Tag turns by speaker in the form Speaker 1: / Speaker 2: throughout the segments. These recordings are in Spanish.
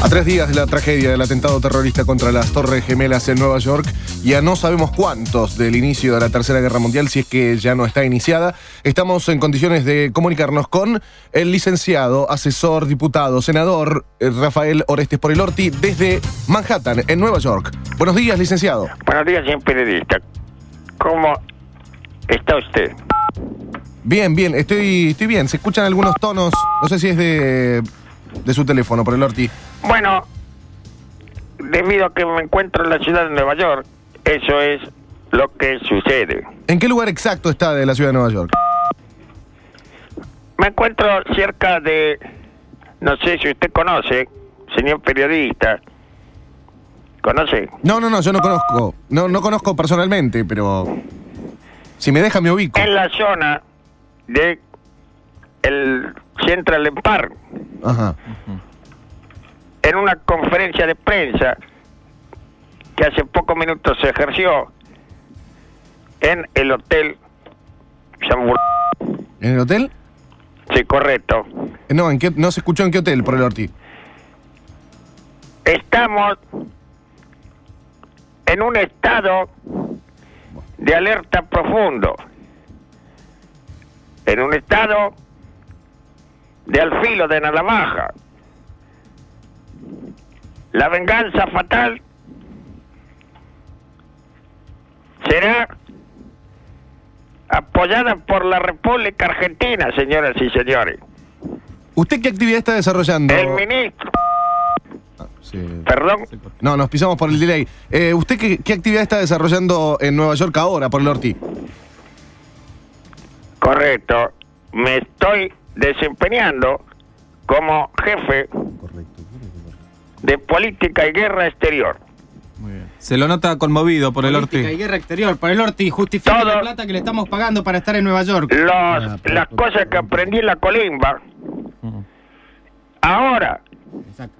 Speaker 1: A tres días de la tragedia del atentado terrorista contra las Torres Gemelas en Nueva York y a no sabemos cuántos del inicio de la Tercera Guerra Mundial, si es que ya no está iniciada, estamos en condiciones de comunicarnos con el licenciado, asesor, diputado, senador eh, Rafael Orestes Porilorti desde Manhattan, en Nueva York. Buenos días, licenciado.
Speaker 2: Buenos días, señor periodista. ¿Cómo está usted?
Speaker 1: Bien, bien, estoy, estoy bien. Se escuchan algunos tonos, no sé si es de, de su teléfono, Porilorti.
Speaker 2: Bueno, debido a que me encuentro en la ciudad de Nueva York, eso es lo que sucede.
Speaker 1: ¿En qué lugar exacto está de la ciudad de Nueva York?
Speaker 2: Me encuentro cerca de, no sé si usted conoce, señor periodista, ¿conoce?
Speaker 1: No, no, no, yo no conozco. No, no conozco personalmente, pero. Si me deja, me ubico.
Speaker 2: En la zona de el Central Empire.
Speaker 1: Ajá.
Speaker 2: en una conferencia de prensa que hace pocos minutos se ejerció en el hotel San Bur-
Speaker 1: ¿En el hotel?
Speaker 2: Sí, correcto.
Speaker 1: Eh, No, ¿en qué, no se escuchó en qué hotel, por el Ortiz.
Speaker 2: Estamos en un estado de alerta profundo, en un estado de al filo de la navaja. La venganza fatal será apoyada por la República Argentina, señoras y señores.
Speaker 1: ¿Usted qué actividad está desarrollando?
Speaker 2: El ministro,
Speaker 1: Ah, sí.
Speaker 2: perdón,
Speaker 1: No, nos pisamos por el delay. Eh, ¿Usted qué, qué actividad está desarrollando en Nueva York ahora, por el Ortiz?
Speaker 2: Correcto. Me estoy desempeñando como jefe de política y guerra exterior.
Speaker 3: Muy bien. Se lo nota conmovido por el
Speaker 4: Política y
Speaker 3: Ortiz.
Speaker 4: guerra exterior. Para el Ortiz, justifica
Speaker 2: Todo.
Speaker 4: la plata que le estamos pagando para estar en Nueva York.
Speaker 3: Eh,
Speaker 2: Los- las cosas que aprendí en la colimba, ahora
Speaker 4: Exacto.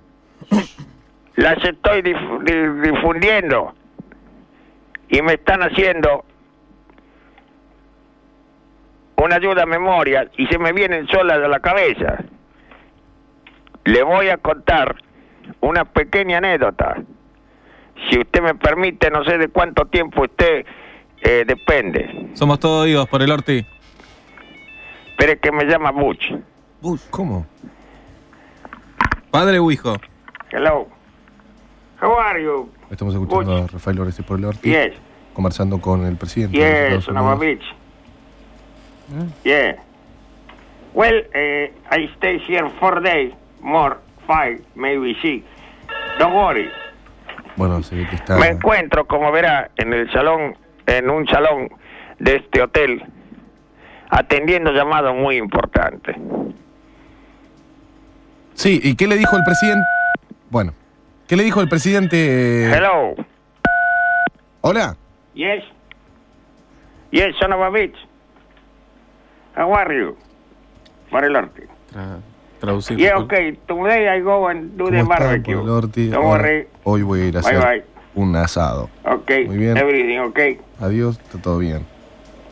Speaker 2: las estoy dif- di- difundiendo y me están haciendo una ayuda a memoria y se me vienen solas a la cabeza. Le voy a contar una pequeña anécdota. Si usted me permite, no sé de cuánto tiempo usted eh, depende,
Speaker 3: Somos todos oídos por el Ortiz.
Speaker 2: pero es que me llama Butch.
Speaker 1: ¿Cómo?
Speaker 3: Padre o hijo.
Speaker 2: Hello. How are you?
Speaker 1: Estamos escuchando
Speaker 2: Oye.
Speaker 1: a Rafael Orestes por el Ortiz.
Speaker 2: Yes,
Speaker 1: Conversando con el presidente. de
Speaker 2: yes,
Speaker 1: Estados Unidos.
Speaker 2: Novavich. Yeah. Well, eh, I stay here four days, more, five, maybe six. Don't worry.
Speaker 1: Bueno, se ve que está.
Speaker 2: Me encuentro, como verá, en el salón, en un salón de este hotel, atendiendo llamados muy importantes.
Speaker 1: Sí, ¿y qué le dijo el presidente? Bueno, ¿qué le dijo el presidente?
Speaker 2: Hello.
Speaker 1: Hola.
Speaker 2: Yes. Yes, Sonovavich. How are you? Marilarty.
Speaker 3: Tra- traducir.
Speaker 2: Yeah, okay. Today I go and do the
Speaker 1: ¿Cómo está,
Speaker 2: barbecue.
Speaker 1: por el Ortiz?
Speaker 2: Don't
Speaker 1: Ahora,
Speaker 2: worry.
Speaker 1: Hoy voy a ir a
Speaker 2: Bye,
Speaker 1: hacer
Speaker 2: bye.
Speaker 1: un asado.
Speaker 2: Okay.
Speaker 1: Muy bien.
Speaker 2: Everything okay.
Speaker 1: Adiós, está todo bien.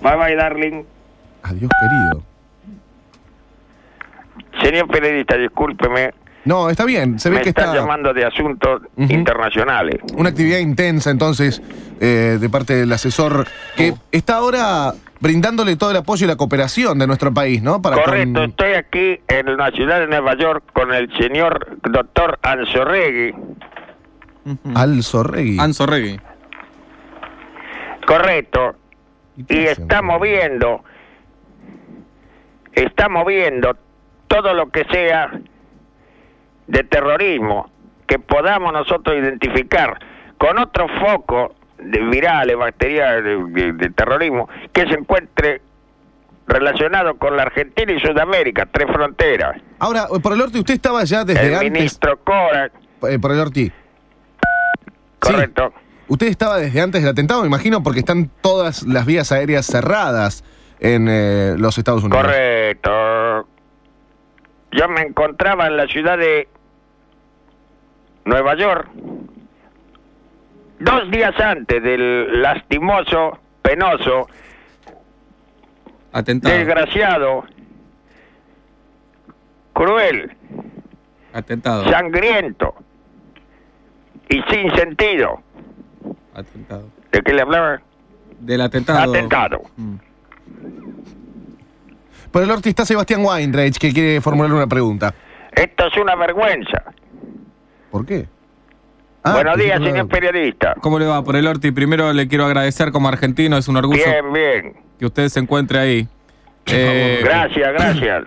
Speaker 2: Bye bye, darling.
Speaker 1: Adiós, querido.
Speaker 2: Señor periodista, discúlpeme.
Speaker 1: No, está bien, se ve
Speaker 2: Me
Speaker 1: que
Speaker 2: están
Speaker 1: está
Speaker 2: llamando de asuntos
Speaker 1: Ujú.
Speaker 2: internacionales.
Speaker 1: una actividad intensa entonces eh, de parte del asesor que
Speaker 2: Uh.
Speaker 1: está ahora brindándole todo el apoyo y la cooperación de nuestro país, ¿no? Para
Speaker 2: Correcto,
Speaker 1: con-
Speaker 2: estoy aquí en la ciudad de Nueva York con el señor doctor Anzorregui.
Speaker 1: Al Zorregui.
Speaker 3: Anzo Regui.
Speaker 2: Correcto.
Speaker 1: ¿Y qué
Speaker 2: y
Speaker 1: hacen?
Speaker 2: está moviendo, está moviendo todo lo que sea de terrorismo que podamos nosotros identificar con otro foco de virales, bacterias de, de- de terrorismo que se encuentre relacionado con la Argentina y Sudamérica, tres fronteras.
Speaker 1: Ahora, eh, por el Orti, usted estaba ya desde
Speaker 2: El
Speaker 1: antes.
Speaker 2: ministro Cora,
Speaker 1: eh, por el Orti.
Speaker 2: correcto.
Speaker 1: Usted estaba desde antes del atentado, me imagino, porque están todas las vías aéreas cerradas en eh, los Estados Unidos.
Speaker 2: Correcto. Yo me encontraba en la ciudad de Nueva York dos días antes del lastimoso, penoso,
Speaker 1: Ah.
Speaker 3: Atentado.
Speaker 2: desgraciado, cruel,
Speaker 3: Atentado.
Speaker 1: Ah.
Speaker 2: sangriento y sin sentido.
Speaker 3: Atentado.
Speaker 2: ¿De qué le hablaba?
Speaker 3: Del
Speaker 1: Ah.
Speaker 3: atentado.
Speaker 2: Atentado.
Speaker 3: Mm.
Speaker 1: Por el Ortiz está Sebastián Weinreich, que quiere formularle una pregunta.
Speaker 2: Esto es una vergüenza.
Speaker 1: ¿Por qué? Ah,
Speaker 2: Buenos
Speaker 1: que
Speaker 2: días,
Speaker 1: tiene una-
Speaker 2: señor periodista.
Speaker 3: ¿Cómo le va por el Orti? Primero le quiero agradecer como argentino, es un orgullo
Speaker 2: Bien, bien.
Speaker 3: que usted se encuentre ahí. Eh,
Speaker 2: Gracias, gracias.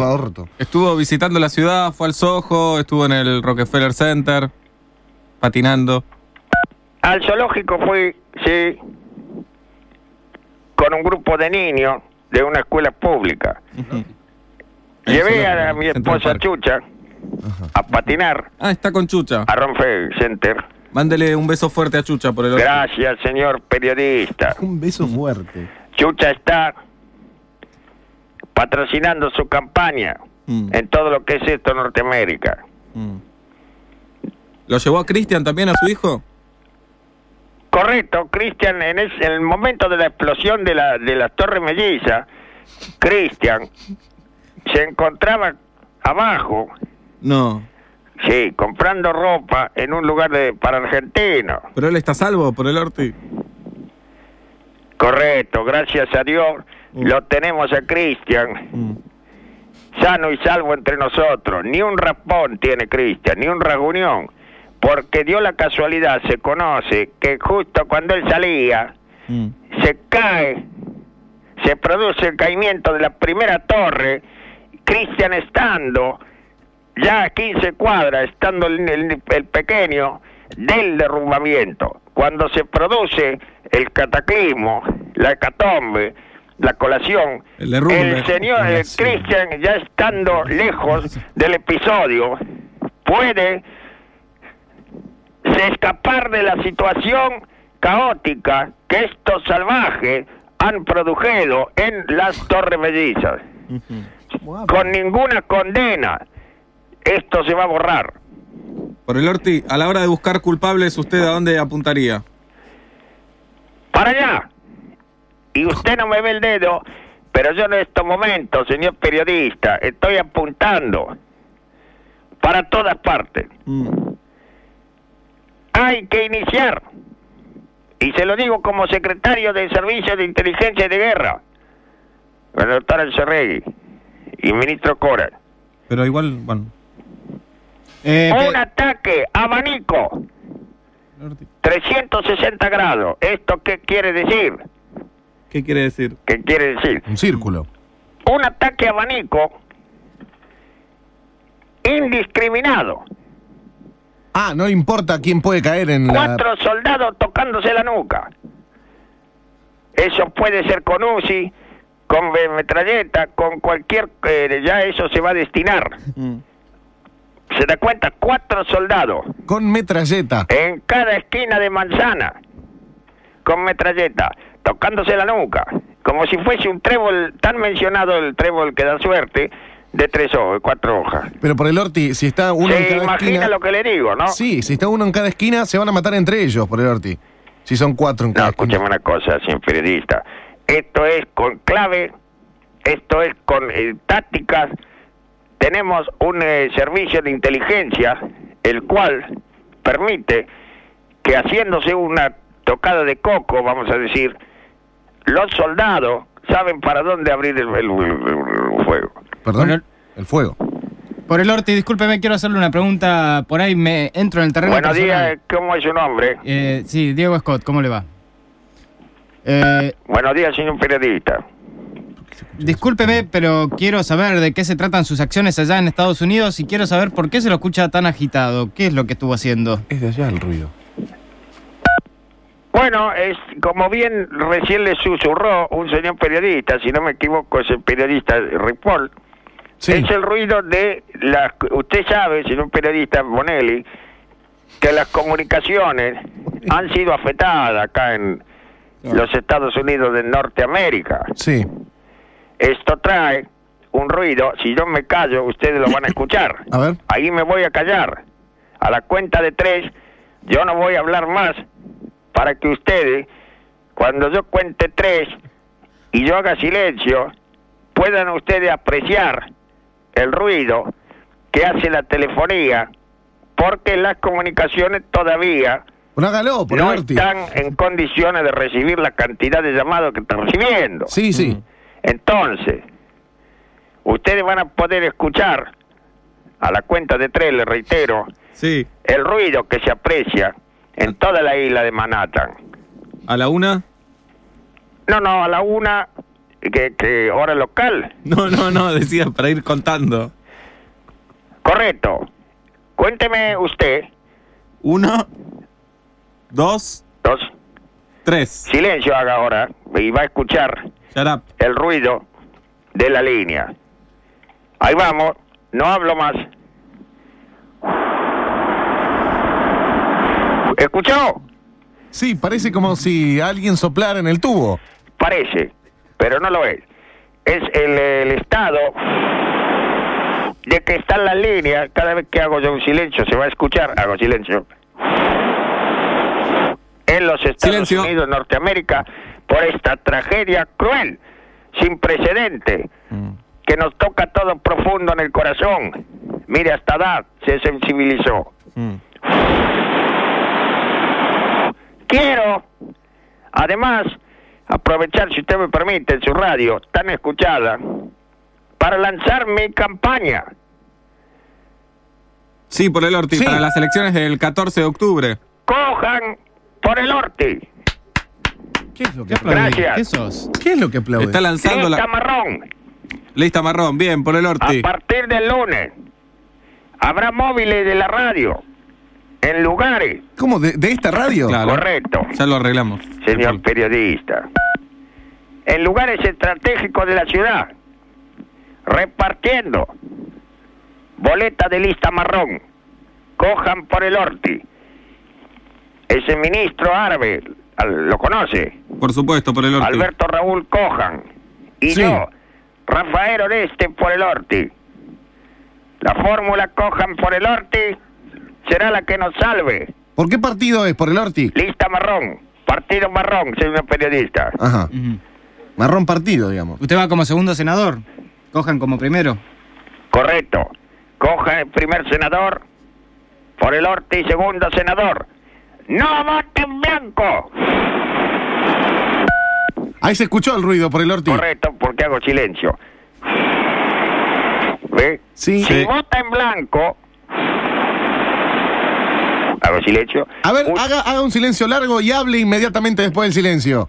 Speaker 1: Va, orto.
Speaker 3: estuvo visitando la ciudad, fue al Soho, estuvo en el Rockefeller Center, patinando.
Speaker 2: Al zoológico fui, sí, con un grupo de niños de una escuela pública. Llevé a, mi
Speaker 3: Central
Speaker 2: esposa
Speaker 3: Park.
Speaker 2: Chucha a patinar
Speaker 3: Ah, está con Chucha.
Speaker 2: a Ronfe Center.
Speaker 3: Mándele un beso fuerte a Chucha por el Orti.
Speaker 2: Gracias, señor periodista.
Speaker 1: Un beso fuerte.
Speaker 2: Chucha está patrocinando su campaña
Speaker 3: Mm,
Speaker 2: en todo lo que es esto Norteamérica.
Speaker 3: mm. ¿Lo llevó a Cristian también, a su hijo?
Speaker 2: Correcto, Cristian, en, es- en el momento de la explosión de la, de la Torre Melliza, Cristian se encontraba abajo,
Speaker 3: No.
Speaker 2: sí, comprando ropa en un lugar de, para argentinos.
Speaker 3: ¿Pero él está a salvo por el Orti?
Speaker 2: Correcto, gracias a Dios lo tenemos a Cristian
Speaker 3: Mm.
Speaker 2: sano y salvo entre nosotros. Ni un raspón tiene Cristian, ni un rasguñón, porque dio la casualidad, se conoce, que justo cuando él salía,
Speaker 3: Mm.
Speaker 2: se cae, se produce el caimiento de la primera torre, Cristian estando ya a 15 cuadras, estando el, el- el pequeño del derrumbamiento. Cuando se produce el cataclismo, la hecatombe, la colación,
Speaker 3: El derrumbe.
Speaker 2: el señor el
Speaker 3: Sí.
Speaker 2: Cristian ya estando lejos del episodio puede se escapar de la situación caótica que estos salvajes han producido en las torres mellizas.
Speaker 3: Ujú.
Speaker 2: Con ninguna condena esto se va a borrar.
Speaker 3: Por el Orti, a la hora de buscar culpables, ¿usted a dónde apuntaría?
Speaker 2: Para allá. Y usted no me ve el dedo, pero yo en estos momentos, señor periodista, estoy apuntando para todas partes.
Speaker 3: Mm.
Speaker 2: hay que iniciar. Y se lo digo como secretario de Servicio de Inteligencia y de Guerra, el doctor Alcerregui y ministro Cora.
Speaker 3: Pero igual, bueno.
Speaker 4: Eh, pe-
Speaker 2: Un ataque abanico, 360 grados. ¿Esto qué quiere decir?
Speaker 3: ¿Qué quiere decir?
Speaker 2: ¿Qué quiere decir?
Speaker 1: Un círculo.
Speaker 2: Un ataque abanico indiscriminado.
Speaker 1: Ah, no le importa quién puede caer en la...
Speaker 2: cuatro soldados tocándose la nuca. Eso puede ser con UCI, con eh, metralleta, con cualquier... eh, ya eso se va a destinar.
Speaker 3: Mm.
Speaker 2: Se da cuenta, cuatro soldados
Speaker 1: Con metralleta.
Speaker 2: en cada esquina de manzana, con metralleta, tocándose la nuca, como si fuese un trébol tan mencionado, el trébol que da suerte, de tres hojas, cuatro hojas.
Speaker 1: Pero por el Orti, si está uno en
Speaker 2: Se
Speaker 1: cada
Speaker 2: imagina
Speaker 1: esquina...
Speaker 2: lo que le digo, ¿no?
Speaker 1: Sí, si está uno en cada esquina, se van a matar entre ellos, por el Orti. Si son cuatro en
Speaker 2: No,
Speaker 1: cada esquina.
Speaker 2: escúchame una cosa, señor periodista. Esto es con clave, esto es con eh, tácticas. Tenemos un eh, servicio de inteligencia, el cual permite que haciéndose una tocada de coco, vamos a decir, los soldados saben para dónde abrir el, el- el- el fuego.
Speaker 1: Perdón.
Speaker 4: Por el-
Speaker 1: El fuego.
Speaker 4: por el Orti, discúlpeme, quiero hacerle una pregunta. Por ahí me entro en el terreno.
Speaker 2: Buenos
Speaker 4: personal.
Speaker 2: días, eh. ¿cómo es su nombre?
Speaker 4: Eh, sí, Diego Scott, ¿cómo le va? Eh,
Speaker 2: Buenos días, señor periodista.
Speaker 4: discúlpeme, pero quiero saber de qué se tratan sus acciones allá en Estados Unidos y quiero saber por qué se lo escucha tan agitado. ¿Qué es lo que estuvo haciendo?
Speaker 1: Es de allá el ruido.
Speaker 2: Bueno, es como bien recién le susurró un señor periodista, si no me equivoco es el periodista Ripoll,
Speaker 1: Sí.
Speaker 2: es el ruido de las... Usted sabe, señor periodista Bonelli, que las comunicaciones han sido afectadas acá en los Estados Unidos de Norteamérica.
Speaker 1: Sí.
Speaker 2: Esto trae un ruido, si yo me callo ustedes lo van a escuchar.
Speaker 1: A ver.
Speaker 2: Ahí me voy a callar. A la cuenta de tres, yo no voy a hablar más para que ustedes, cuando yo cuente tres y yo haga silencio, puedan ustedes apreciar el ruido que hace la telefonía porque las comunicaciones todavía
Speaker 1: Bueno, hágalo,
Speaker 2: no
Speaker 1: ponerte.
Speaker 2: están en condiciones de recibir la cantidad de llamados que están recibiendo.
Speaker 1: Sí, sí.
Speaker 2: Entonces, ustedes van a poder escuchar a la cuenta de tres, les reitero,
Speaker 3: Sí.
Speaker 2: el ruido que se aprecia en toda la isla de Manhattan.
Speaker 3: ¿A la una?
Speaker 2: No, no, a la una, que, que hora local.
Speaker 3: No, no, no, decía, para ir contando.
Speaker 2: Correcto. Cuénteme usted,
Speaker 3: Uno, dos,
Speaker 2: dos,
Speaker 3: tres.
Speaker 2: silencio haga ahora, y va a escuchar
Speaker 3: Shut up.
Speaker 2: el ruido de la línea. Ahí vamos, no hablo más. ¿Escuchó?
Speaker 1: Sí, parece como si alguien soplara en el tubo.
Speaker 2: Parece, pero no lo es. Es el, el estado de que están las líneas. Cada vez que hago yo un silencio, se va a escuchar, hago silencio. En los Estados
Speaker 3: Silencio.
Speaker 2: Unidos, Norteamérica, por esta tragedia cruel, sin precedente,
Speaker 3: Mm,
Speaker 2: que nos toca todo profundo en el corazón. Mire, hasta edad se sensibilizó.
Speaker 3: mm.
Speaker 2: Quiero, además, aprovechar, si usted me permite, en su radio tan escuchada, para lanzar mi campaña.
Speaker 3: Sí, por el Ortiz,
Speaker 1: Sí.
Speaker 3: para las elecciones del 14 de octubre.
Speaker 2: Cojan por el norte.
Speaker 1: ¿Qué es lo
Speaker 4: ¿Qué
Speaker 1: que,
Speaker 4: aplaudís?
Speaker 2: Gracias.
Speaker 4: ¿Qué sos?
Speaker 1: ¿qué es lo que aplaude?
Speaker 3: Está lanzando
Speaker 2: Lista
Speaker 3: la
Speaker 2: marrón.
Speaker 3: lista marrón. Bien, por el Ortiz.
Speaker 2: A partir del lunes habrá móviles de la radio en lugares.
Speaker 1: ¿Cómo? ¿De, de esta radio?
Speaker 3: Claro.
Speaker 2: Correcto,
Speaker 3: Ya lo arreglamos.
Speaker 2: señor periodista. En lugares estratégicos de la ciudad, repartiendo boleta de lista marrón. Cojan por el Orti. Ese ministro árabe al- lo conoce.
Speaker 3: Por supuesto, por el Ortiz.
Speaker 2: Alberto Raúl Cojan y
Speaker 1: Sí.
Speaker 2: yo, Rafael Oreste por el Orti. La fórmula Cojan por el Orti será la que nos salve.
Speaker 1: ¿Por qué partido es? ¿Por el Orti?
Speaker 2: Lista marrón, partido marrón, señor periodista.
Speaker 1: Ajá.
Speaker 4: Ujú.
Speaker 1: Marrón partido, digamos.
Speaker 4: Usted va como segundo senador. Cojan como primero.
Speaker 2: Correcto. Cojan el primer senador por el Orti, segundo senador. No voten blanco.
Speaker 1: Ahí se escuchó el ruido por el Orti.
Speaker 2: Correcto, porque hago silencio. ¿Ve?
Speaker 1: Sí.
Speaker 2: Si
Speaker 1: Sí.
Speaker 2: vota en blanco. Hago silencio.
Speaker 1: A ver,
Speaker 2: U-
Speaker 1: haga, haga un silencio largo y hable inmediatamente después del silencio.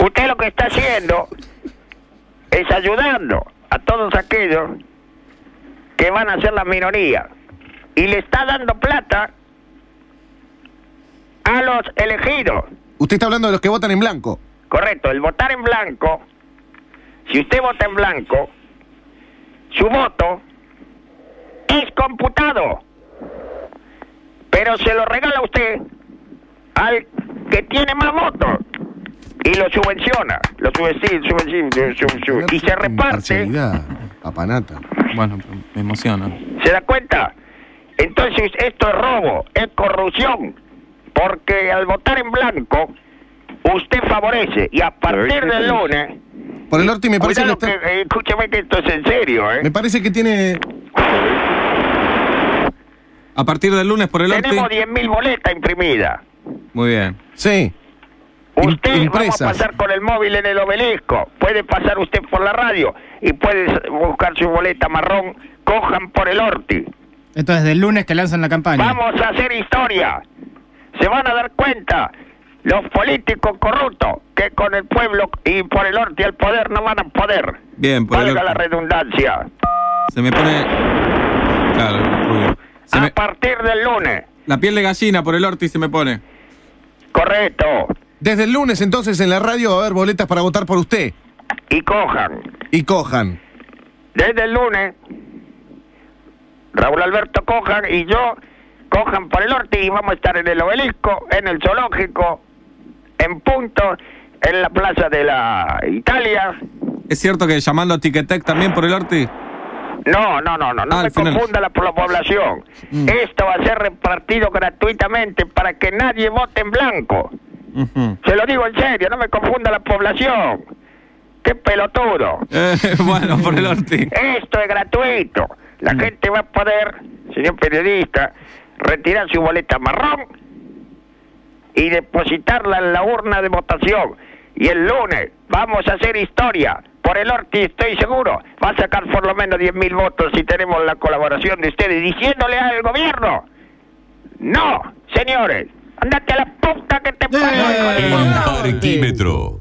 Speaker 2: usted lo que está haciendo es ayudando a todos aquellos que van a ser la minoría y le está dando plata a los elegidos.
Speaker 1: Usted está hablando de los que votan en blanco.
Speaker 2: Correcto, el votar en blanco, si usted vota en blanco, su voto es computado, pero se lo regala usted al que tiene más votos y lo subvenciona, lo subvenciona, y se reparte.
Speaker 1: Imparcialidad, Papanata.
Speaker 3: Bueno, pero me emociona.
Speaker 2: ¿Se da cuenta? Entonces esto es robo, es corrupción, porque al votar en blanco usted favorece y a partir del lunes
Speaker 1: Por el Orti me parece
Speaker 2: Cuidado
Speaker 1: que lo está-
Speaker 2: que, eh, escúchame que esto es en serio, ¿eh?
Speaker 1: Me parece que tiene.
Speaker 3: A partir del lunes por el Ortiz.
Speaker 2: Tenemos 10.000 boletas imprimidas.
Speaker 3: Muy bien.
Speaker 1: Sí. Im-
Speaker 2: Usted
Speaker 1: impresas.
Speaker 2: va a pasar con el móvil en el obelisco. Puede pasar usted por la radio y puede s- buscar su boleta marrón. Cojan por el Orti.
Speaker 4: Esto es del lunes que lanzan la campaña.
Speaker 2: Vamos a hacer historia. Se van a dar cuenta los políticos corruptos que con el pueblo y por el Orti al poder no van a poder.
Speaker 3: Bien, por el
Speaker 2: Valga la
Speaker 3: Ortiz.
Speaker 2: redundancia.
Speaker 3: Se me pone. Claro, el ruido. Se
Speaker 2: a
Speaker 3: me-
Speaker 2: partir del lunes.
Speaker 3: La piel de gallina por el Ortiz se me pone.
Speaker 2: Correcto.
Speaker 1: Desde el lunes entonces en la radio va a haber boletas para votar por usted.
Speaker 2: Y cojan.
Speaker 1: Y cojan.
Speaker 2: desde el lunes, Raúl Alberto Cojan y yo cojan por el norte y vamos a estar en el obelisco, en el zoológico, en punto, en la plaza de la Italia.
Speaker 3: ¿Es cierto que llamando a Tiquetec también por el Ortiz?
Speaker 2: No, no, no, no, no
Speaker 3: Ah, al
Speaker 2: me
Speaker 3: final. Mm.
Speaker 2: confunda la, po- población. Esto va a ser repartido gratuitamente para que nadie vote en blanco.
Speaker 3: Ujú.
Speaker 2: Se lo digo en serio, no me confunda la población. Qué pelotudo.
Speaker 3: Eh, bueno, por el Ortiz.
Speaker 2: Esto es gratuito. La gente va a poder, señor periodista, retirar su boleta marrón y depositarla en la urna de votación. Y el lunes vamos a hacer historia. Por el Orti estoy seguro. Va a sacar por lo menos 10.000 votos si tenemos la colaboración de ustedes diciéndole al gobierno.
Speaker 4: Eh,
Speaker 2: No, señores. Andate a la puta que te parió, hijo de puta.
Speaker 5: El parquímetro.